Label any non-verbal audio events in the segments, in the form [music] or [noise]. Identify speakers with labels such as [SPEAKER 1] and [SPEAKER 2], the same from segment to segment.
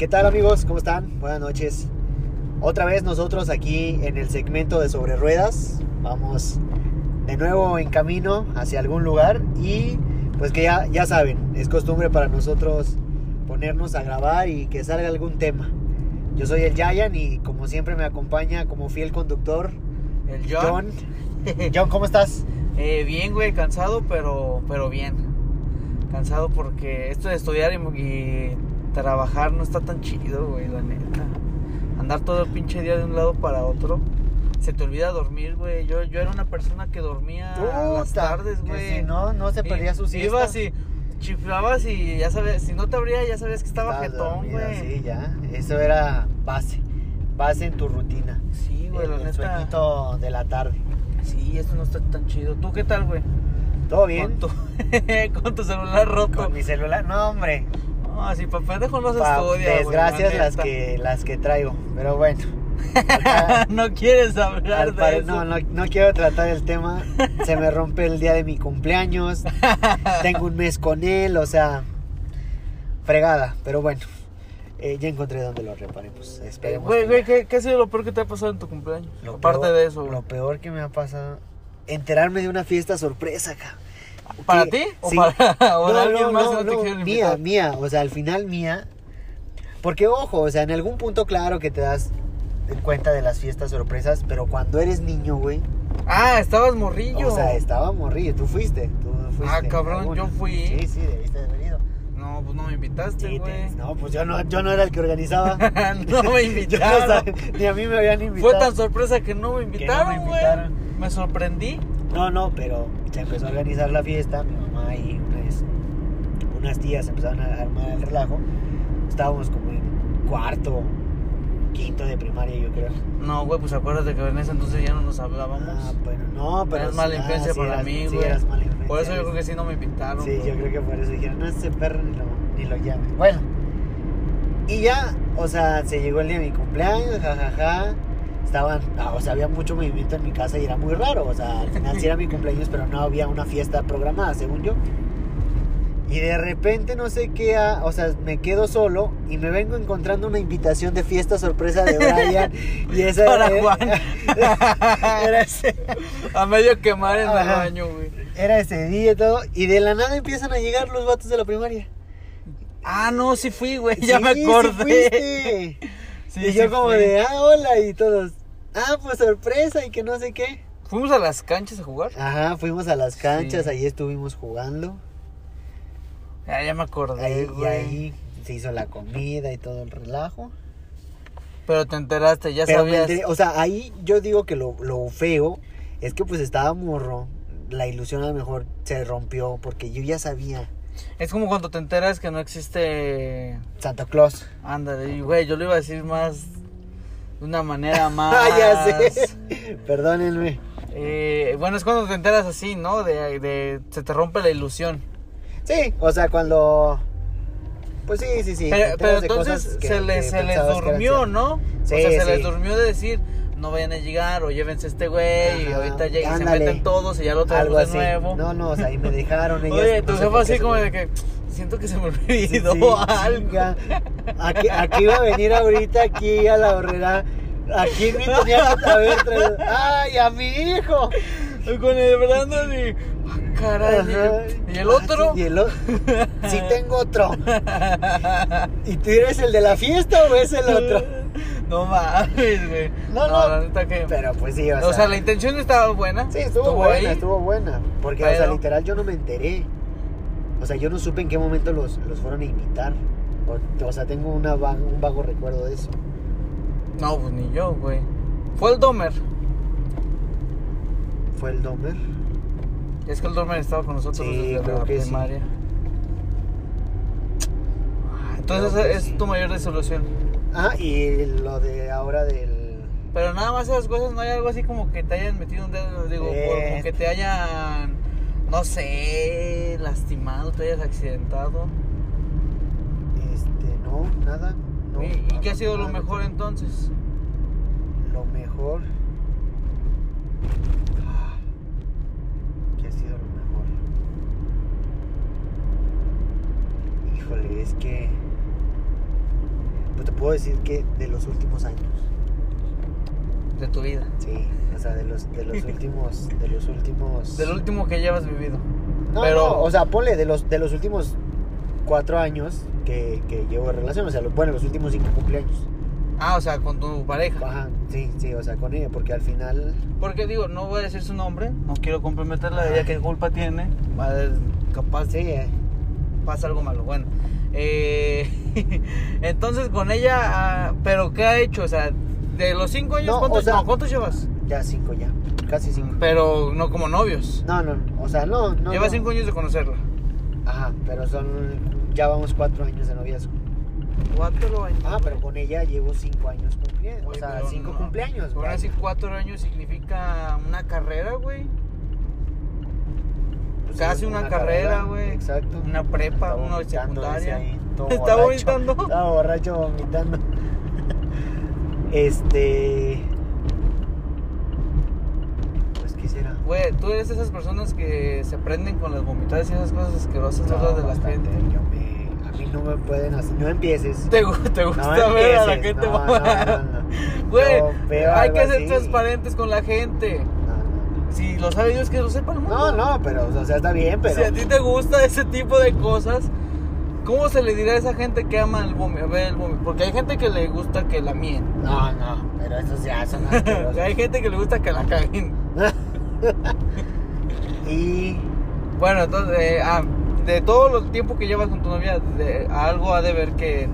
[SPEAKER 1] ¿Qué tal amigos? ¿Cómo están? Buenas noches. Otra vez nosotros aquí en el segmento de sobre ruedas. Vamos de nuevo en camino hacia algún lugar y pues que ya, ya saben, es costumbre para nosotros ponernos a grabar y que salga algún tema. Yo soy el Yayan y como siempre me acompaña como fiel conductor
[SPEAKER 2] El
[SPEAKER 1] John.
[SPEAKER 2] John.
[SPEAKER 1] John, ¿cómo
[SPEAKER 2] [laughs]
[SPEAKER 1] estás?
[SPEAKER 2] Eh, bien, güey, cansado, pero, pero bien. Cansado porque esto de estudiar y, y trabajar no está tan chido, güey, la neta. Andar todo el pinche día de un lado para otro. Se te olvida dormir, güey. Yo, yo era una persona que dormía las
[SPEAKER 1] Puta,
[SPEAKER 2] tardes,
[SPEAKER 1] que
[SPEAKER 2] güey.
[SPEAKER 1] Si no, no se perdía
[SPEAKER 2] Y-
[SPEAKER 1] su siesta.
[SPEAKER 2] Ibas y chiflabas y ya sabes, si no te abría ya sabías que estaba
[SPEAKER 1] Estabas
[SPEAKER 2] jetón,
[SPEAKER 1] dormida,
[SPEAKER 2] güey.
[SPEAKER 1] Sí, ya. Eso era base. Base en tu rutina.
[SPEAKER 2] Sí, güey, la
[SPEAKER 1] el
[SPEAKER 2] neta.
[SPEAKER 1] sueñito de la tarde.
[SPEAKER 2] Sí, esto no está tan chido. ¿Tú qué tal, güey?
[SPEAKER 1] ¿Todo bien?
[SPEAKER 2] Con tu, [laughs] con tu celular roto.
[SPEAKER 1] Con mi celular. No, hombre.
[SPEAKER 2] Ah, sí, papá, pendejo no se
[SPEAKER 1] Pa-
[SPEAKER 2] estudia. güey,
[SPEAKER 1] desgracias
[SPEAKER 2] la
[SPEAKER 1] las
[SPEAKER 2] neta.
[SPEAKER 1] que las que traigo. Pero bueno. Acá,
[SPEAKER 2] [laughs] no quieres hablar
[SPEAKER 1] al
[SPEAKER 2] de
[SPEAKER 1] pare-
[SPEAKER 2] eso.
[SPEAKER 1] no, no, no quiero tratar el tema. Se me rompe el día de mi
[SPEAKER 2] [laughs]
[SPEAKER 1] cumpleaños. Tengo un mes con él, o sea. Fregada. Pero bueno. eh, ya encontré donde lo reparemos.
[SPEAKER 2] Eh,
[SPEAKER 1] Esperemos.
[SPEAKER 2] Güey,
[SPEAKER 1] que
[SPEAKER 2] güey,
[SPEAKER 1] ya.
[SPEAKER 2] ¿qué, qué ha sido lo peor que te ha pasado en tu cumpleaños?
[SPEAKER 1] Lo
[SPEAKER 2] Aparte
[SPEAKER 1] peor-
[SPEAKER 2] de eso, güey.
[SPEAKER 1] Lo peor que me ha pasado. Enterarme de una fiesta sorpresa, cabrón.
[SPEAKER 2] ¿Para
[SPEAKER 1] sí,
[SPEAKER 2] ti? ¿O
[SPEAKER 1] sí.
[SPEAKER 2] para [laughs] o de
[SPEAKER 1] No,
[SPEAKER 2] alguien
[SPEAKER 1] no,
[SPEAKER 2] más
[SPEAKER 1] no,
[SPEAKER 2] que no, te
[SPEAKER 1] no,
[SPEAKER 2] quieren
[SPEAKER 1] mía,
[SPEAKER 2] invitar?
[SPEAKER 1] mía, o sea, al final mía. Porque ojo, o sea, en algún punto claro que te das cuenta de las fiestas sorpresas, pero cuando eres niño, güey,
[SPEAKER 2] Ah, estabas morrillo.
[SPEAKER 1] o sea, estaba morrillo, tú fuiste, tú fuiste.
[SPEAKER 2] Ah, cabrón,
[SPEAKER 1] alguna.
[SPEAKER 2] yo fui.
[SPEAKER 1] Sí, sí, debiste de haber ido.
[SPEAKER 2] No, pues no me invitaste,
[SPEAKER 1] Sí,
[SPEAKER 2] güey.
[SPEAKER 1] te- no, pues yo no, yo no era el que organizaba. [laughs]
[SPEAKER 2] [laughs] no me [laughs]
[SPEAKER 1] Yo no
[SPEAKER 2] invitaron.
[SPEAKER 1] sabía, ni a mí me habían invitado.
[SPEAKER 2] Fue tan sorpresa que no me invitaron, güey.
[SPEAKER 1] invitaron.
[SPEAKER 2] me sorprendí.
[SPEAKER 1] No, no, pero se empezó a organizar la fiesta, mi mamá y unas, unas tías empezaron a armar el relajo. Estábamos como en cuarto, quinto de primaria, yo creo.
[SPEAKER 2] No, güey, pues acuérdate que en ese entonces ya no nos hablábamos.
[SPEAKER 1] Ah, bueno, no, pero...
[SPEAKER 2] Eras mala
[SPEAKER 1] ah,
[SPEAKER 2] influencia
[SPEAKER 1] sí
[SPEAKER 2] para
[SPEAKER 1] eras-
[SPEAKER 2] mí,
[SPEAKER 1] sí,
[SPEAKER 2] güey.
[SPEAKER 1] eras mala influencia.
[SPEAKER 2] Por eso yo creo que sí no me invitaron.
[SPEAKER 1] Sí,
[SPEAKER 2] güey.
[SPEAKER 1] yo creo que por eso dijeron, no, ese perro ni lo, ni lo llame. Bueno, y ya, o sea, se llegó el día de mi cumpleaños, jajaja. Estaban, ah, o sea, había mucho movimiento en mi casa y era muy raro. O sea, al final sí era mi cumpleaños, pero no había una fiesta programada, según yo. Y de repente no sé qué, ah, o sea, me quedo solo y me vengo encontrando una invitación de fiesta sorpresa de Brian. [laughs] y esa
[SPEAKER 2] Para
[SPEAKER 1] era,
[SPEAKER 2] Juan.
[SPEAKER 1] era ese-
[SPEAKER 2] [laughs] A medio quemar en el
[SPEAKER 1] Ajá.
[SPEAKER 2] baño, güey.
[SPEAKER 1] era ese día y todo. Y de la nada empiezan a llegar los vatos de la primaria.
[SPEAKER 2] Ah, no, sí fui, güey. [laughs] Ya
[SPEAKER 1] Sí,
[SPEAKER 2] me
[SPEAKER 1] sí
[SPEAKER 2] acordé.
[SPEAKER 1] fuiste.
[SPEAKER 2] Sí,
[SPEAKER 1] y yo
[SPEAKER 2] sí
[SPEAKER 1] como
[SPEAKER 2] fui.
[SPEAKER 1] de, ah, hola, y todos, ah, pues sorpresa, y que no sé qué.
[SPEAKER 2] ¿Fuimos a las canchas a jugar?
[SPEAKER 1] Ajá, fuimos a las canchas,
[SPEAKER 2] Sí.
[SPEAKER 1] ahí estuvimos jugando,
[SPEAKER 2] Ah, ya me
[SPEAKER 1] ahí,
[SPEAKER 2] acordé,
[SPEAKER 1] y
[SPEAKER 2] güey.
[SPEAKER 1] ahí se hizo la comida y todo el relajo.
[SPEAKER 2] Pero te enteraste, ya
[SPEAKER 1] Pero me
[SPEAKER 2] sabías.
[SPEAKER 1] enteré- o sea, ahí yo digo que lo, lo feo es que pues estaba morro, la ilusión a lo mejor se rompió, porque yo ya sabía,
[SPEAKER 2] Es como cuando te enteras que no existe.
[SPEAKER 1] Santa Claus. [laughs]
[SPEAKER 2] Ándale, y, güey, yo lo iba a decir más. De una manera más.
[SPEAKER 1] [laughs] Ah, ya sé, perdónenme.
[SPEAKER 2] Eh, bueno, es cuando te enteras así, ¿no? De, de- se te rompe la ilusión.
[SPEAKER 1] Sí, o sea, cuando... Pues sí, sí, sí. te
[SPEAKER 2] pero,
[SPEAKER 1] enteras
[SPEAKER 2] pero
[SPEAKER 1] de
[SPEAKER 2] entonces
[SPEAKER 1] cosas que-
[SPEAKER 2] se, les,
[SPEAKER 1] que
[SPEAKER 2] se les
[SPEAKER 1] pensabas que eran
[SPEAKER 2] durmió,
[SPEAKER 1] ciertas.
[SPEAKER 2] ¿no?
[SPEAKER 1] Sí,
[SPEAKER 2] o sea, se
[SPEAKER 1] sí.
[SPEAKER 2] les durmió de decir, no vayan a llegar o llévense a este güey y
[SPEAKER 1] Ajá,
[SPEAKER 2] ahorita llegan y se
[SPEAKER 1] ándale.
[SPEAKER 2] meten todos y ya lo
[SPEAKER 1] Algo
[SPEAKER 2] traemos
[SPEAKER 1] así.
[SPEAKER 2] de nuevo.
[SPEAKER 1] No, no, o sea, ahí me dejaron. Ellas,
[SPEAKER 2] [laughs] Oye,
[SPEAKER 1] no
[SPEAKER 2] tu
[SPEAKER 1] sé
[SPEAKER 2] jefa
[SPEAKER 1] por qué
[SPEAKER 2] así
[SPEAKER 1] se
[SPEAKER 2] como de
[SPEAKER 1] durmió.
[SPEAKER 2] que siento que se me [laughs]
[SPEAKER 1] Sí,
[SPEAKER 2] olvidó
[SPEAKER 1] sí,
[SPEAKER 2] algo.
[SPEAKER 1] chinga. ¿A qué, a qué iba a venir ahorita aquí a la horrera? Aquí me tenía que haber traído. ¡Ay, a mi hijo!
[SPEAKER 2] Con el Brandon y. ah, caray.
[SPEAKER 1] Ajá.
[SPEAKER 2] ¿Y el otro?
[SPEAKER 1] Ah, sí, ¿Y el
[SPEAKER 2] [laughs]
[SPEAKER 1] otro? Sí, tengo otro. ¿Y tú eres el de la fiesta o es el
[SPEAKER 2] [laughs]
[SPEAKER 1] otro?
[SPEAKER 2] No mames, güey.
[SPEAKER 1] No,
[SPEAKER 2] La
[SPEAKER 1] no.
[SPEAKER 2] neta que.
[SPEAKER 1] Pero pues sí, o sea.
[SPEAKER 2] o sea, la intención estaba buena.
[SPEAKER 1] Sí, estuvo, buena,
[SPEAKER 2] ahí.
[SPEAKER 1] estuvo buena. Porque, o sea,
[SPEAKER 2] Pero-
[SPEAKER 1] literal yo no me enteré. O sea, yo no supe en qué momento los, los fueron a invitar. O, o sea, tengo una va- un vago recuerdo de eso.
[SPEAKER 2] No, pues ni yo, güey. Fue el Domer.
[SPEAKER 1] ¿Fue el Domer?
[SPEAKER 2] Es que el Dormer estaba con nosotros
[SPEAKER 1] Sí,
[SPEAKER 2] desde
[SPEAKER 1] creo
[SPEAKER 2] la
[SPEAKER 1] que sí.
[SPEAKER 2] primaria. Ah, Entonces
[SPEAKER 1] Creo que
[SPEAKER 2] es
[SPEAKER 1] sí.
[SPEAKER 2] tu mayor resolución.
[SPEAKER 1] Ah, y lo de ahora del...
[SPEAKER 2] Pero nada más esas cosas, no hay algo así como que te hayan metido un dedo, digo, por-
[SPEAKER 1] Eh.
[SPEAKER 2] como que te hayan, no sé, lastimado, te hayas accidentado.
[SPEAKER 1] Este, no, nada. No,
[SPEAKER 2] ¿Y, y qué ha sido lo
[SPEAKER 1] absolutamente.
[SPEAKER 2] mejor entonces?
[SPEAKER 1] Lo mejor... Ah, ¿Qué ha sido lo mejor? Híjole, es que... pues te puedo decir que de los últimos años.
[SPEAKER 2] de tu vida.
[SPEAKER 1] Sí, o sea, de los, de [laughs] los últimos, de los últimos.
[SPEAKER 2] Del último que llevas vivido.
[SPEAKER 1] No,
[SPEAKER 2] pero-
[SPEAKER 1] no, o sea, ponle de los, de los últimos cuatro años que, que llevo de relación, o sea, los, bueno, los últimos cinco cumpleaños.
[SPEAKER 2] Ah, o sea, con tu pareja.
[SPEAKER 1] Ajá, sí, sí, o sea, con ella, porque al final,
[SPEAKER 2] Porque digo, no voy a decir su nombre, no quiero comprometerla,
[SPEAKER 1] Ah.
[SPEAKER 2] ella qué culpa tiene. Va a ver, capaz
[SPEAKER 1] sí, eh,
[SPEAKER 2] pasa algo malo. Bueno, eh, [laughs] entonces con ella, ah, pero ¿qué ha hecho? O sea, de los cinco años,
[SPEAKER 1] No,
[SPEAKER 2] ¿cuántos,
[SPEAKER 1] o sea-
[SPEAKER 2] no, ¿cuántos llevas?
[SPEAKER 1] ya cinco ya, casi cinco.
[SPEAKER 2] Pero no como novios.
[SPEAKER 1] No, no, no, o sea, no, no.
[SPEAKER 2] Llevas
[SPEAKER 1] no.
[SPEAKER 2] cinco años de conocerla.
[SPEAKER 1] Ajá, pero son, ya vamos cuatro años de noviazgo.
[SPEAKER 2] Cuatro años.
[SPEAKER 1] Ah, pero con ella llevo cinco años cumpliendo, o
[SPEAKER 2] Güey,
[SPEAKER 1] sea,
[SPEAKER 2] pero
[SPEAKER 1] cinco
[SPEAKER 2] no.
[SPEAKER 1] cumpleaños,
[SPEAKER 2] Ahora
[SPEAKER 1] güey.
[SPEAKER 2] sí, cuatro años significa una carrera, güey.
[SPEAKER 1] Pues
[SPEAKER 2] casi
[SPEAKER 1] sí,
[SPEAKER 2] una carrera, güey.
[SPEAKER 1] Exacto.
[SPEAKER 2] Una prepa,
[SPEAKER 1] Estaba
[SPEAKER 2] una
[SPEAKER 1] vomitando,
[SPEAKER 2] secundaria.
[SPEAKER 1] dice
[SPEAKER 2] [laughs]
[SPEAKER 1] ahí, todo
[SPEAKER 2] ¿Está
[SPEAKER 1] borracho.
[SPEAKER 2] vomitando?
[SPEAKER 1] Estaba borracho vomitando. [laughs] Este. Pues, ¿qué será?
[SPEAKER 2] Güey, tú eres de esas personas que se prenden con las vomitadas y esas cosas asquerosas
[SPEAKER 1] No,
[SPEAKER 2] ¿verdad? de la
[SPEAKER 1] bastante,
[SPEAKER 2] gente.
[SPEAKER 1] yo me- a mí no me pueden hacer. No empieces.
[SPEAKER 2] ¿Te, gu- te
[SPEAKER 1] No
[SPEAKER 2] gusta ver a la
[SPEAKER 1] empieces,
[SPEAKER 2] gente
[SPEAKER 1] no,
[SPEAKER 2] mamada?
[SPEAKER 1] no, no, no.
[SPEAKER 2] Güey,
[SPEAKER 1] Yo veo
[SPEAKER 2] hay
[SPEAKER 1] algo
[SPEAKER 2] que ser
[SPEAKER 1] así.
[SPEAKER 2] transparentes con la gente.
[SPEAKER 1] No,
[SPEAKER 2] Si lo sabe Dios, que lo sepa el mundo.
[SPEAKER 1] No, no, no, pero, o sea, está bien, pero.
[SPEAKER 2] Si a ti te gusta ese tipo de cosas, ¿cómo se le dirá a esa gente que ama el vómito? el vómito? Porque hay gente que le gusta que
[SPEAKER 1] [laughs]
[SPEAKER 2] la mien.
[SPEAKER 1] No, no, pero esos ya son
[SPEAKER 2] [laughs]
[SPEAKER 1] asquerosos.
[SPEAKER 2] hay gente que le gusta que la caguen.
[SPEAKER 1] y.
[SPEAKER 2] Bueno, entonces, eh, ah, de todo el tiempo que llevas con tu novia, de- algo ha de ver que,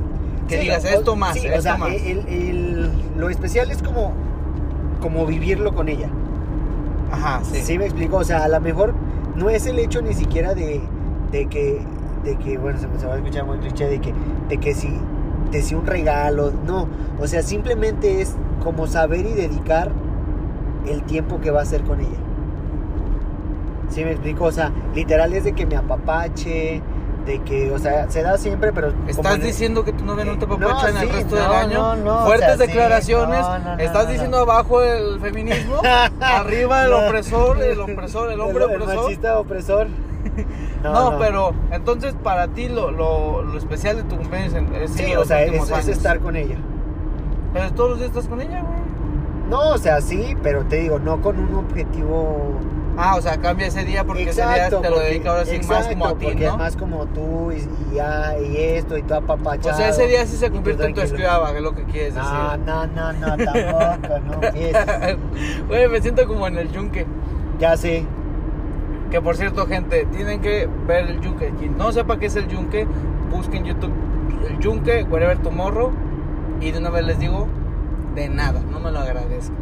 [SPEAKER 2] que
[SPEAKER 1] Sí,
[SPEAKER 2] digas
[SPEAKER 1] o-
[SPEAKER 2] esto más,
[SPEAKER 1] sí,
[SPEAKER 2] esto
[SPEAKER 1] o sea, eh,
[SPEAKER 2] más.
[SPEAKER 1] el- el- lo especial es como, como vivirlo con ella.
[SPEAKER 2] Ajá, sí.
[SPEAKER 1] Sí. me explico. O sea, a lo mejor no es el hecho ni siquiera de, de que, de que, bueno, se, me- se va a escuchar muy cliché, de que, de que si, de si un regalo, no. O sea, simplemente es como saber y dedicar el tiempo que va a hacer con ella. Sí me explico, o sea, literal es de que me apapache, de que, o sea, se da siempre, pero... como
[SPEAKER 2] Estás
[SPEAKER 1] en- eh,
[SPEAKER 2] diciendo que tu novia no te
[SPEAKER 1] No,
[SPEAKER 2] apapacha en el
[SPEAKER 1] sí,
[SPEAKER 2] resto
[SPEAKER 1] no,
[SPEAKER 2] del año.
[SPEAKER 1] no, no, o
[SPEAKER 2] Fuertes
[SPEAKER 1] sea, sí,
[SPEAKER 2] declaraciones.
[SPEAKER 1] no, no, no,
[SPEAKER 2] Estás
[SPEAKER 1] no,
[SPEAKER 2] diciendo
[SPEAKER 1] no.
[SPEAKER 2] abajo
[SPEAKER 1] [laughs]
[SPEAKER 2] el feminismo, arriba
[SPEAKER 1] [laughs]
[SPEAKER 2] el
[SPEAKER 1] No.
[SPEAKER 2] opresor, el opresor, el hombre opresor.
[SPEAKER 1] machista
[SPEAKER 2] [laughs]
[SPEAKER 1] opresor.
[SPEAKER 2] No, pero entonces para ti lo, lo, lo especial de tu cumpleaños en- es
[SPEAKER 1] Sí,
[SPEAKER 2] en
[SPEAKER 1] o
[SPEAKER 2] los
[SPEAKER 1] sea,
[SPEAKER 2] últimos
[SPEAKER 1] es, es
[SPEAKER 2] años.
[SPEAKER 1] estar con ella.
[SPEAKER 2] Pero todos los días estás con ella, güey.
[SPEAKER 1] No, o sea, sí, pero te digo, no con un objetivo
[SPEAKER 2] Ah, o sea, cambia ese día porque ese día te lo
[SPEAKER 1] porque-
[SPEAKER 2] dedica ahora sí más como a
[SPEAKER 1] exacto,
[SPEAKER 2] ti,
[SPEAKER 1] porque
[SPEAKER 2] ¿no?
[SPEAKER 1] es más como tú y, y ya, y esto, y tú
[SPEAKER 2] O
[SPEAKER 1] apapachado.
[SPEAKER 2] sea, ese día sí se
[SPEAKER 1] y tú
[SPEAKER 2] convierte en tu
[SPEAKER 1] tranquilo.
[SPEAKER 2] esclava, que es lo que quieres decir.
[SPEAKER 1] No, no, no, no, tampoco, no empieces.
[SPEAKER 2] [laughs] Güey, me siento como en el yunque.
[SPEAKER 1] Ya sé,
[SPEAKER 2] Que por cierto, gente, tienen que ver el yunque. Quien no sepa qué es el yunque, busquen YouTube el yunque, wherever tomorrow. Y de una vez les digo, de nada, no me lo agradezco.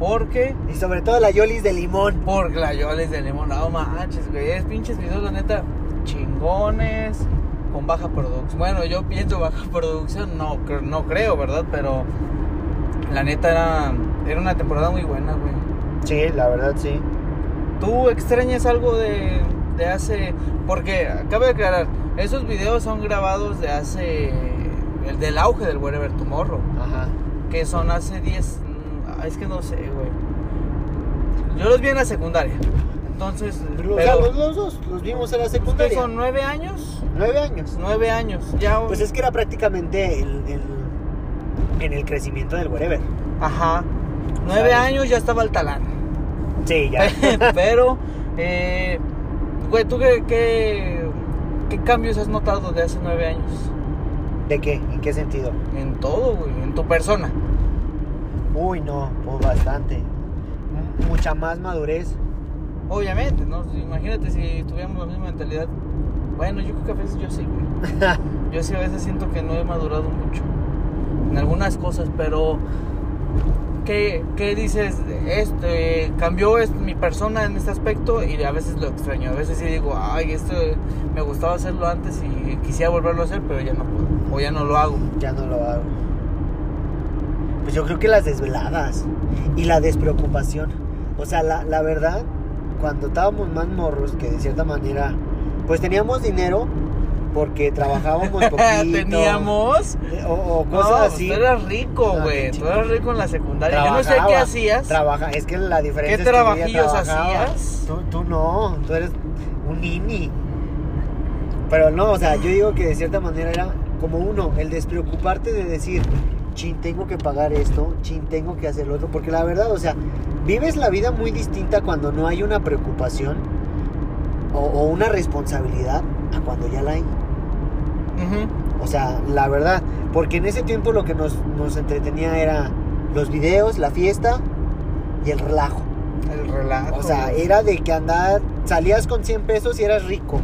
[SPEAKER 2] Porque,
[SPEAKER 1] y sobre todo la Yolis de limón.
[SPEAKER 2] por gladioles de limón, no manches, güey. Es pinches videos, la neta, chingones, con baja producción. Bueno, yo pienso baja [laughs] producción, no, cre- no creo, ¿verdad? Pero la neta era, era una temporada muy buena, güey.
[SPEAKER 1] Sí, la verdad, sí.
[SPEAKER 2] ¿Tú extrañas algo de, de hace.? Porque, cabe aclarar, esos videos son grabados de hace. El del auge del Wherever Tomorrow.
[SPEAKER 1] Ajá.
[SPEAKER 2] Que son hace 10. mm, Es que no sé, güey. Yo los vi en la secundaria. Entonces.
[SPEAKER 1] o sea, los,
[SPEAKER 2] Pero,
[SPEAKER 1] los dos, los vimos en la
[SPEAKER 2] Pues, ¿Qué
[SPEAKER 1] secundaria.
[SPEAKER 2] son? ¿Nueve años?
[SPEAKER 1] Nueve años.
[SPEAKER 2] Nueve años. Ya.
[SPEAKER 1] Pues es que era prácticamente el, el- en el crecimiento del wherever.
[SPEAKER 2] Ajá. Nueve
[SPEAKER 1] ¿Sabes?
[SPEAKER 2] años ya estaba el talán.
[SPEAKER 1] Sí,
[SPEAKER 2] [laughs]
[SPEAKER 1] ya.
[SPEAKER 2] Pero, eh, güey, ¿tú qué, qué, qué cambios has notado de hace nueve años?
[SPEAKER 1] ¿De qué? ¿En qué sentido?
[SPEAKER 2] En todo, güey, en tu persona.
[SPEAKER 1] Uy, no, pues bastante. M- Mucha más madurez.
[SPEAKER 2] Obviamente, ¿no? Imagínate si tuviéramos la misma mentalidad. Bueno, yo creo que a veces yo sí, güey.
[SPEAKER 1] [laughs]
[SPEAKER 2] Yo sí a veces siento que no he madurado mucho en algunas cosas, pero ¿qué, qué dices? Este, cambió es- mi persona en este aspecto y a veces lo extraño. A veces sí digo, ay, esto me gustaba hacerlo antes y quisiera volverlo a hacer, pero ya no puedo. O ya no lo hago.
[SPEAKER 1] Ya no lo hago. Pues yo creo que las desveladas y la despreocupación. O sea, la, la verdad, cuando estábamos más morros, que de cierta manera, pues teníamos dinero porque
[SPEAKER 2] [laughs]
[SPEAKER 1] trabajábamos poquito.
[SPEAKER 2] Teníamos.
[SPEAKER 1] O, o cosas
[SPEAKER 2] no, pues
[SPEAKER 1] así.
[SPEAKER 2] Tú eras rico,
[SPEAKER 1] No,
[SPEAKER 2] güey.
[SPEAKER 1] qué
[SPEAKER 2] tú eras rico en la secundaria. Yo no sé qué
[SPEAKER 1] Trabajaba,
[SPEAKER 2] hacías.
[SPEAKER 1] Trabaja, es que la diferencia
[SPEAKER 2] ¿Qué
[SPEAKER 1] es que yo ya
[SPEAKER 2] trabajillos
[SPEAKER 1] trabajaba.
[SPEAKER 2] hacías?
[SPEAKER 1] Tú, tú no, tú eres un nini. Pero no, o sea, yo digo que de cierta manera era como uno, el despreocuparte de decir, chin, tengo que pagar esto, chin, tengo que hacer lo otro, porque la verdad, o sea, vives la vida muy distinta cuando no hay una preocupación o, o una responsabilidad a cuando ya la hay.
[SPEAKER 2] Ujú.
[SPEAKER 1] O sea, la verdad, porque en ese tiempo lo que nos, nos entretenía era los videos, la fiesta y el relajo.
[SPEAKER 2] El relato.
[SPEAKER 1] O sea, era de que andar, salías con 100 pesos y eras rico.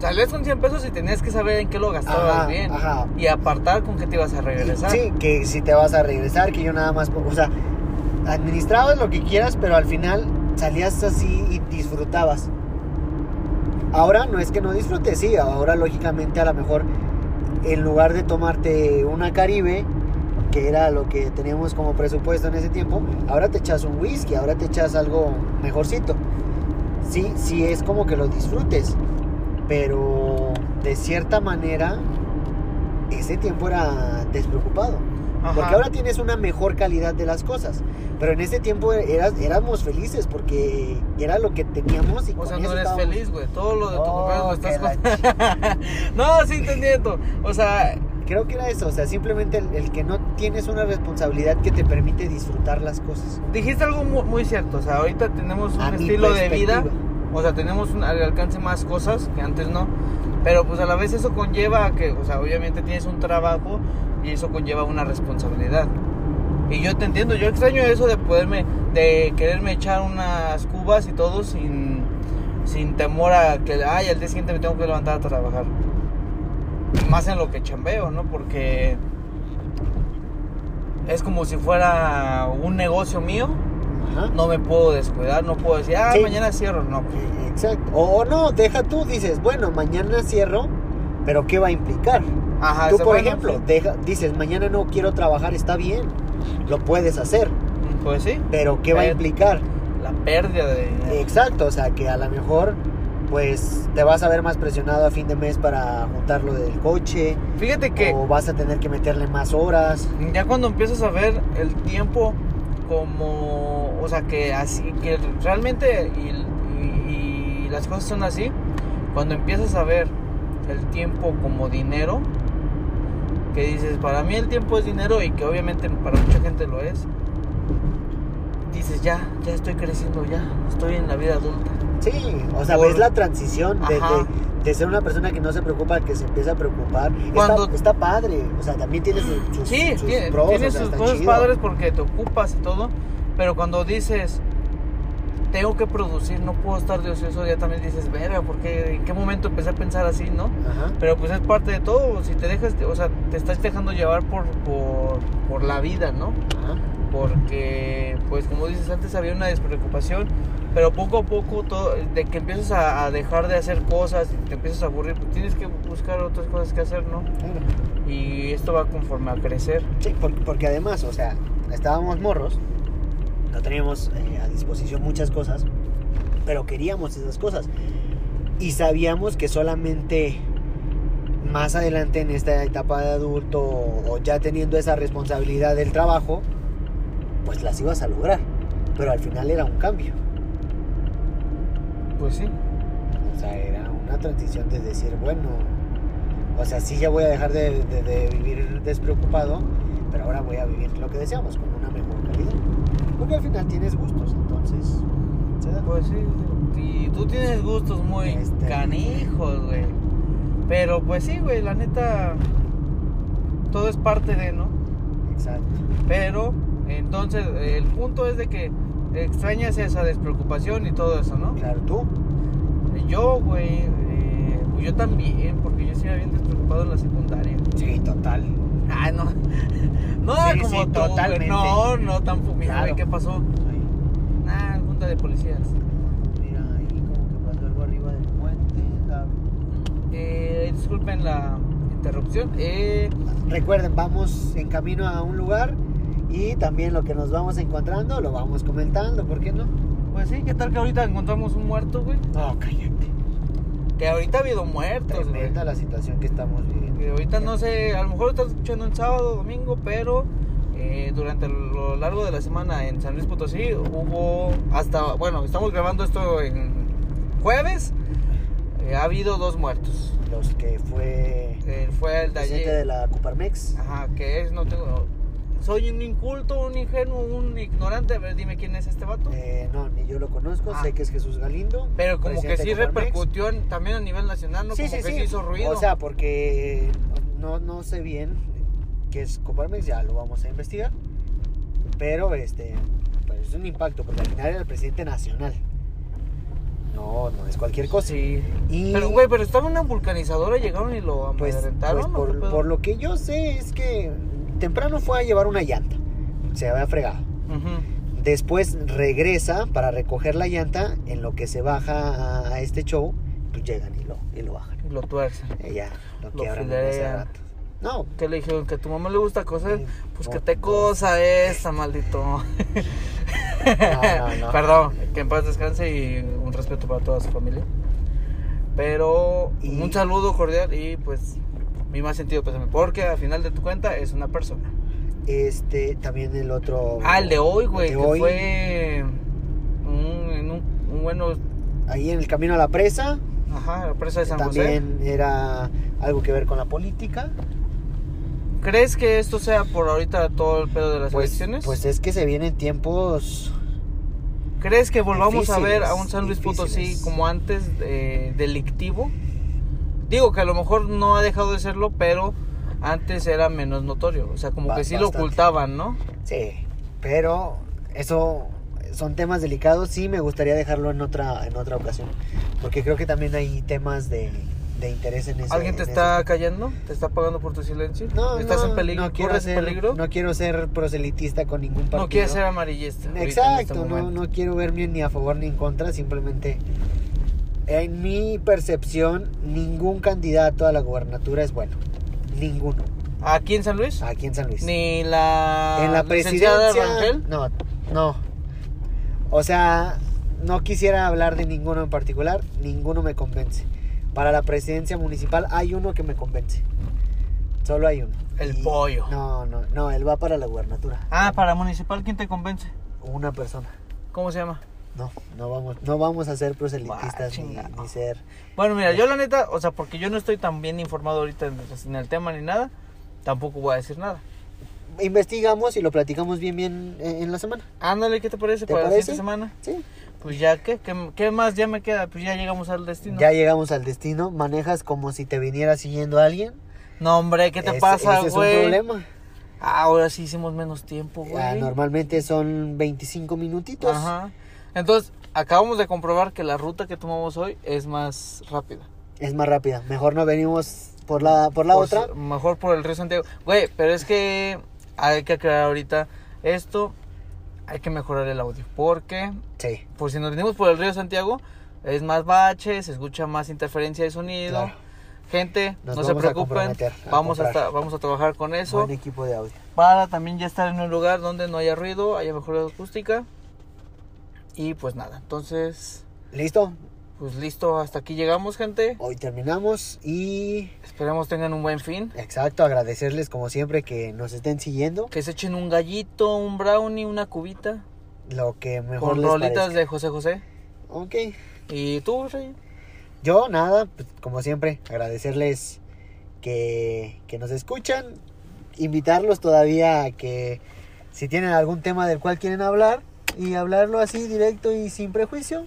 [SPEAKER 2] Salías con 100 pesos y tenías que saber en qué lo gastabas
[SPEAKER 1] Ajá,
[SPEAKER 2] bien.
[SPEAKER 1] ajá.
[SPEAKER 2] Y apartar con qué te ibas a regresar.
[SPEAKER 1] Sí, que si te vas a regresar, que yo nada más, o sea, administrabas lo que quieras, pero al final salías así y disfrutabas. Ahora no es que no disfrutes, sí, ahora lógicamente a lo mejor en lugar de tomarte una Caribe, que era lo que teníamos como presupuesto en ese tiempo, ahora te echas un whisky, ahora te echas algo mejorcito. Sí, sí es como que lo disfrutes, pero de cierta manera ese tiempo era despreocupado.
[SPEAKER 2] Ajá.
[SPEAKER 1] Porque ahora tienes una mejor calidad de las cosas. Pero en ese tiempo eras, éramos felices porque era lo que teníamos y
[SPEAKER 2] O
[SPEAKER 1] con
[SPEAKER 2] sea,
[SPEAKER 1] eso
[SPEAKER 2] no eres
[SPEAKER 1] estábamos.
[SPEAKER 2] feliz, güey. Todo lo de tus
[SPEAKER 1] Oh,
[SPEAKER 2] papás lo estás
[SPEAKER 1] que la
[SPEAKER 2] con- [laughs] No, sí, entendiendo. O sea,
[SPEAKER 1] Creo que era eso. O sea, simplemente el, el que no tienes una responsabilidad que te permite disfrutar las cosas.
[SPEAKER 2] dijiste algo mu- muy, cierto. O sea, ahorita tenemos un
[SPEAKER 1] A pues, mi
[SPEAKER 2] estilo de vida.
[SPEAKER 1] perspectiva.
[SPEAKER 2] O sea, tenemos un, al alcance más cosas que antes no. Pero pues a la vez eso conlleva a que, o sea, obviamente tienes un trabajo y eso conlleva una responsabilidad. Y yo te entiendo, yo extraño eso de poderme, de quererme echar unas cubas y todo sin, sin temor a que, ay, al día siguiente me tengo que levantar a trabajar. Más en lo que chambeo, ¿no? Porque es como si fuera un negocio mío,
[SPEAKER 1] Ajá.
[SPEAKER 2] no me puedo descuidar, no puedo decir, ah,
[SPEAKER 1] Sí.
[SPEAKER 2] mañana cierro, no.
[SPEAKER 1] Eh, Exacto. O, o no, deja tú, dices, bueno, mañana cierro, pero ¿qué va a implicar?
[SPEAKER 2] Ajá,
[SPEAKER 1] tú,
[SPEAKER 2] se
[SPEAKER 1] por
[SPEAKER 2] van a-
[SPEAKER 1] ejemplo, deja, dices, mañana no quiero trabajar, está bien, lo puedes hacer,
[SPEAKER 2] Pues sí,
[SPEAKER 1] pero ¿qué va a
[SPEAKER 2] Pero-
[SPEAKER 1] implicar?
[SPEAKER 2] la pérdida de dinero.
[SPEAKER 1] Exacto, o sea que a lo mejor pues te vas a ver más presionado a fin de mes para juntar lo del coche
[SPEAKER 2] Fíjate que
[SPEAKER 1] o vas a tener que meterle más horas.
[SPEAKER 2] ya cuando empiezas a ver el tiempo como, o sea, que así, que realmente y, y- y las cosas son así, cuando empiezas a ver el tiempo como dinero, que dices, para mí el tiempo es dinero y que obviamente para mucha gente lo es, dices, ya, ya estoy creciendo, ya, estoy en la vida adulta.
[SPEAKER 1] Sí, o sea,
[SPEAKER 2] Por-
[SPEAKER 1] ves la transición de, de-
[SPEAKER 2] Ajá.
[SPEAKER 1] de ser una persona que no se preocupa, que se empieza a preocupar. Está-
[SPEAKER 2] Cuando-
[SPEAKER 1] Está, padre, o sea, también tiene sus, sus,
[SPEAKER 2] Sí,
[SPEAKER 1] sus
[SPEAKER 2] tiene,
[SPEAKER 1] pros,
[SPEAKER 2] tiene
[SPEAKER 1] o sea,
[SPEAKER 2] sus
[SPEAKER 1] está
[SPEAKER 2] cosas
[SPEAKER 1] chido.
[SPEAKER 2] padres porque te ocupas y todo, pero cuando dices, tengo que producir, no puedo estar de ocioso, ya también dices, verga, porque en qué momento empecé a pensar así, ¿no?
[SPEAKER 1] Ajá.
[SPEAKER 2] Pero pues es parte de todo, si te dejas, o sea, te estás dejando llevar por, por, por la vida, ¿no?
[SPEAKER 1] ajá.
[SPEAKER 2] Porque, pues como dices antes, había una despreocupación, pero poco a poco, todo, de que empiezas a, a dejar de hacer cosas y te empiezas a aburrir, pues tienes que buscar otras cosas que hacer, ¿no?
[SPEAKER 1] Claro.
[SPEAKER 2] Y esto va conforme a crecer.
[SPEAKER 1] Sí, por- porque además, o sea, estábamos morros, no teníamos eh, a disposición muchas cosas, pero queríamos esas cosas. Y sabíamos que solamente más adelante en esta etapa de adulto o ya teniendo esa responsabilidad del trabajo, pues las ibas a lograr. Pero al final era un cambio.
[SPEAKER 2] Pues sí.
[SPEAKER 1] O sea, era una transición de decir, bueno, o sea, sí ya voy a dejar de, de- de vivir despreocupado, pero ahora voy a vivir lo que deseamos, con una mejor calidad. Porque al final tienes gustos, entonces se da.
[SPEAKER 2] Pues sí, y tú tienes gustos muy
[SPEAKER 1] Este.
[SPEAKER 2] canijos, güey. Pero pues sí, güey, la neta, todo es parte de, ¿no?
[SPEAKER 1] Exacto.
[SPEAKER 2] Pero, entonces, el punto es de que extrañas esa despreocupación y todo eso, ¿no?
[SPEAKER 1] Claro, tú.
[SPEAKER 2] Yo, güey, eh, pues yo también, porque yo sí era bien despreocupado en la secundaria.
[SPEAKER 1] Sí, total.
[SPEAKER 2] Ah, no. [laughs] No,
[SPEAKER 1] Sí,
[SPEAKER 2] como
[SPEAKER 1] sí,
[SPEAKER 2] tú, güey.
[SPEAKER 1] totalmente.
[SPEAKER 2] No, no, tampoco. Mira, güey,
[SPEAKER 1] Claro.
[SPEAKER 2] ¿qué pasó? Nah, junta de policías.
[SPEAKER 1] Mira, ahí como que pasó algo arriba del puente.
[SPEAKER 2] Eh, disculpen la interrupción. Eh,
[SPEAKER 1] Recuerden, vamos en camino a un lugar y también lo que nos vamos encontrando lo vamos comentando, ¿por qué no?
[SPEAKER 2] pues sí, ¿qué tal que ahorita encontramos un muerto, güey?
[SPEAKER 1] No, cállate.
[SPEAKER 2] Que ahorita ha habido muertos, güey.
[SPEAKER 1] Tremenda la situación que estamos viviendo.
[SPEAKER 2] Que ahorita no sé, a lo mejor lo estás escuchando en sábado, domingo, pero eh, durante lo largo de la semana en San Luis Potosí hubo hasta, bueno, estamos grabando esto en jueves. Eh, ha habido dos muertos.
[SPEAKER 1] Los que fue
[SPEAKER 2] Eh, fue el Ah. de
[SPEAKER 1] presidente
[SPEAKER 2] ayer.
[SPEAKER 1] de la Coparmex.
[SPEAKER 2] Ajá, que es, no tengo. Soy un inculto, un ingenuo, un ignorante. A ver, dime quién es este vato.
[SPEAKER 1] Eh, no, ni yo lo conozco,
[SPEAKER 2] Ah.
[SPEAKER 1] sé que es Jesús Galindo.
[SPEAKER 2] Pero como que
[SPEAKER 1] presidente
[SPEAKER 2] sí
[SPEAKER 1] de Coparmex.
[SPEAKER 2] repercutió en- también a nivel nacional, ¿no?
[SPEAKER 1] Sí, sí,
[SPEAKER 2] como que
[SPEAKER 1] sí.
[SPEAKER 2] sí hizo ruido.
[SPEAKER 1] O sea, porque no, no sé bien qué es Coparmex, ya lo vamos a investigar. Pero este, pues es un impacto, porque al final era el presidente nacional. No, no es cualquier cosa.
[SPEAKER 2] sí.
[SPEAKER 1] Y
[SPEAKER 2] Pero, güey, pero estaba una vulcanizadora, llegaron y lo
[SPEAKER 1] pues, pues
[SPEAKER 2] amedrentaron. ¿no? ¿Qué
[SPEAKER 1] por,
[SPEAKER 2] pedo?
[SPEAKER 1] por lo que yo sé es que temprano fue a llevar una llanta. Se había fregado.
[SPEAKER 2] Ujú.
[SPEAKER 1] Después regresa para recoger la llanta. En lo que se baja a, a este show, pues llegan y lo, y lo bajan.
[SPEAKER 2] Lo tuercen.
[SPEAKER 1] Y ya, lo,
[SPEAKER 2] Lo
[SPEAKER 1] quiebran en ese
[SPEAKER 2] filean.
[SPEAKER 1] rato. No,
[SPEAKER 2] ¿Qué le dijeron? ¿Que a tu mamá le gusta coser?
[SPEAKER 1] Sí.
[SPEAKER 2] Pues
[SPEAKER 1] No,
[SPEAKER 2] que te
[SPEAKER 1] no.
[SPEAKER 2] cosa esa, maldito.
[SPEAKER 1] no, no.
[SPEAKER 2] [laughs] Perdón, que en paz descanse y un respeto para toda su familia. Pero
[SPEAKER 1] Y-
[SPEAKER 2] un saludo cordial y pues mi más sentido pésame, porque al final de tu cuenta es una persona.
[SPEAKER 1] Este, también el otro.
[SPEAKER 2] Ah, el de
[SPEAKER 1] Oh,
[SPEAKER 2] hoy,
[SPEAKER 1] el
[SPEAKER 2] güey,
[SPEAKER 1] de
[SPEAKER 2] que
[SPEAKER 1] hoy,
[SPEAKER 2] fue un, en un, un bueno,
[SPEAKER 1] Ahí en el camino a la presa.
[SPEAKER 2] ajá, la presa de San José.
[SPEAKER 1] También era algo que ver con la política.
[SPEAKER 2] ¿Crees que esto sea por ahorita todo el pedo de las
[SPEAKER 1] Pues,
[SPEAKER 2] elecciones?
[SPEAKER 1] pues es que se vienen tiempos.
[SPEAKER 2] ¿Crees que volvamos a ver
[SPEAKER 1] Difíciles,
[SPEAKER 2] a un San Luis Potosí
[SPEAKER 1] difíciles.
[SPEAKER 2] como antes eh, delictivo? Digo que a lo mejor no ha dejado de serlo, pero antes era menos notorio. O sea, como
[SPEAKER 1] Ba-
[SPEAKER 2] que sí
[SPEAKER 1] bastante.
[SPEAKER 2] lo ocultaban, ¿no?
[SPEAKER 1] Sí. Pero eso son temas delicados. Sí, me gustaría dejarlo en otra, en otra ocasión. Porque creo que también hay temas de, de interés en ese.
[SPEAKER 2] ¿Alguien te
[SPEAKER 1] en
[SPEAKER 2] está
[SPEAKER 1] ese-
[SPEAKER 2] callando? ¿Te está pagando por tu silencio?
[SPEAKER 1] No,
[SPEAKER 2] ¿Estás
[SPEAKER 1] no,
[SPEAKER 2] en peligro?
[SPEAKER 1] No quiero,
[SPEAKER 2] ¿Corres
[SPEAKER 1] ser,
[SPEAKER 2] peligro?
[SPEAKER 1] no quiero ser proselitista con ningún partido.
[SPEAKER 2] No quieres ser amarillista. ahorita en este
[SPEAKER 1] Exacto, no,
[SPEAKER 2] momento.
[SPEAKER 1] no quiero verme ni a favor ni en contra, simplemente en mi percepción ningún candidato a la gubernatura es bueno, ninguno,
[SPEAKER 2] ¿Aquí en San Luis?
[SPEAKER 1] aquí en San Luis.
[SPEAKER 2] Ni la.
[SPEAKER 1] Ah, en la
[SPEAKER 2] licenciada
[SPEAKER 1] presidencia,
[SPEAKER 2] Rangel?
[SPEAKER 1] no, no, o sea, no quisiera hablar de ninguno en particular, ninguno me convence. Para la presidencia municipal hay uno que me convence, solo hay uno.
[SPEAKER 2] El pollo.
[SPEAKER 1] No, no, no, él va para la gubernatura,
[SPEAKER 2] Ah, para municipal, ¿quién te convence?
[SPEAKER 1] una persona.
[SPEAKER 2] ¿Cómo se llama?
[SPEAKER 1] No, no vamos, no vamos a ser
[SPEAKER 2] Bah,
[SPEAKER 1] proselitistas ni,
[SPEAKER 2] chingado.
[SPEAKER 1] ni ser.
[SPEAKER 2] Bueno, mira, yo la neta, o sea, porque yo no estoy tan bien informado ahorita en, en el tema ni nada, tampoco voy a decir nada.
[SPEAKER 1] Investigamos y lo platicamos bien bien eh, en la semana.
[SPEAKER 2] Ándale, ¿qué te parece
[SPEAKER 1] ¿Te
[SPEAKER 2] para la
[SPEAKER 1] parece?
[SPEAKER 2] siguiente semana?
[SPEAKER 1] Sí.
[SPEAKER 2] Pues ya, ¿qué? ¿qué? qué más ya me queda? Pues ya llegamos al destino.
[SPEAKER 1] Ya llegamos al destino, manejas como si te viniera siguiendo a alguien.
[SPEAKER 2] No, hombre, ¿qué te
[SPEAKER 1] Ese-
[SPEAKER 2] pasa,
[SPEAKER 1] ese es un
[SPEAKER 2] güey?
[SPEAKER 1] problema.
[SPEAKER 2] Ahora sí hicimos menos tiempo, güey.
[SPEAKER 1] Ah, normalmente son 25 minutitos.
[SPEAKER 2] Ajá. Entonces, acabamos de comprobar que la ruta que tomamos hoy es más rápida.
[SPEAKER 1] Es más rápida. Mejor no venimos por la por la
[SPEAKER 2] Por
[SPEAKER 1] otra.
[SPEAKER 2] su- Mejor por el río Santiago. Güey, pero es que hay que aclarar ahorita esto. Hay que mejorar el audio. Porque
[SPEAKER 1] Sí.
[SPEAKER 2] por pues, si nos venimos por el río Santiago, es más bache, se escucha más interferencia de sonido.
[SPEAKER 1] Claro.
[SPEAKER 2] Gente,
[SPEAKER 1] Nos
[SPEAKER 2] no se
[SPEAKER 1] vamos a
[SPEAKER 2] preocupen,
[SPEAKER 1] comprometer a
[SPEAKER 2] vamos a,
[SPEAKER 1] comprar.
[SPEAKER 2] estar- vamos a trabajar con eso
[SPEAKER 1] Buen equipo de audio.
[SPEAKER 2] para también ya estar en un lugar donde no haya ruido, haya mejor acústica. Y pues nada, entonces,
[SPEAKER 1] Listo.
[SPEAKER 2] pues listo, hasta aquí llegamos, gente.
[SPEAKER 1] Hoy terminamos y
[SPEAKER 2] Esperemos tengan un buen fin.
[SPEAKER 1] exacto agradecerles como siempre que nos estén siguiendo.
[SPEAKER 2] Que se echen un gallito, un brownie, una cubita.
[SPEAKER 1] Lo que mejor
[SPEAKER 2] Con
[SPEAKER 1] les
[SPEAKER 2] rolitas
[SPEAKER 1] parezca.
[SPEAKER 2] de José José.
[SPEAKER 1] Ok.
[SPEAKER 2] ¿Y tú, Rey?
[SPEAKER 1] Yo nada, pues, como siempre, agradecerles que, que nos escuchan, invitarlos todavía a que si tienen algún tema del cual quieren hablar y hablarlo así directo y sin prejuicio,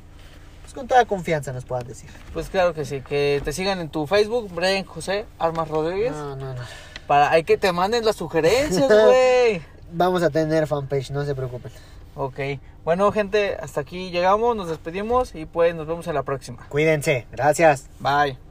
[SPEAKER 1] pues con toda confianza nos puedan decir.
[SPEAKER 2] Pues claro que sí, que te sigan en tu Facebook, Brian José Armas Rodríguez.
[SPEAKER 1] No, no, no.
[SPEAKER 2] Para, hay que te manden las sugerencias, güey.
[SPEAKER 1] Vamos a tener fanpage, no se preocupen.
[SPEAKER 2] ok, bueno, gente, hasta aquí llegamos, nos despedimos y pues nos vemos en la próxima.
[SPEAKER 1] Cuídense, gracias.
[SPEAKER 2] Bye.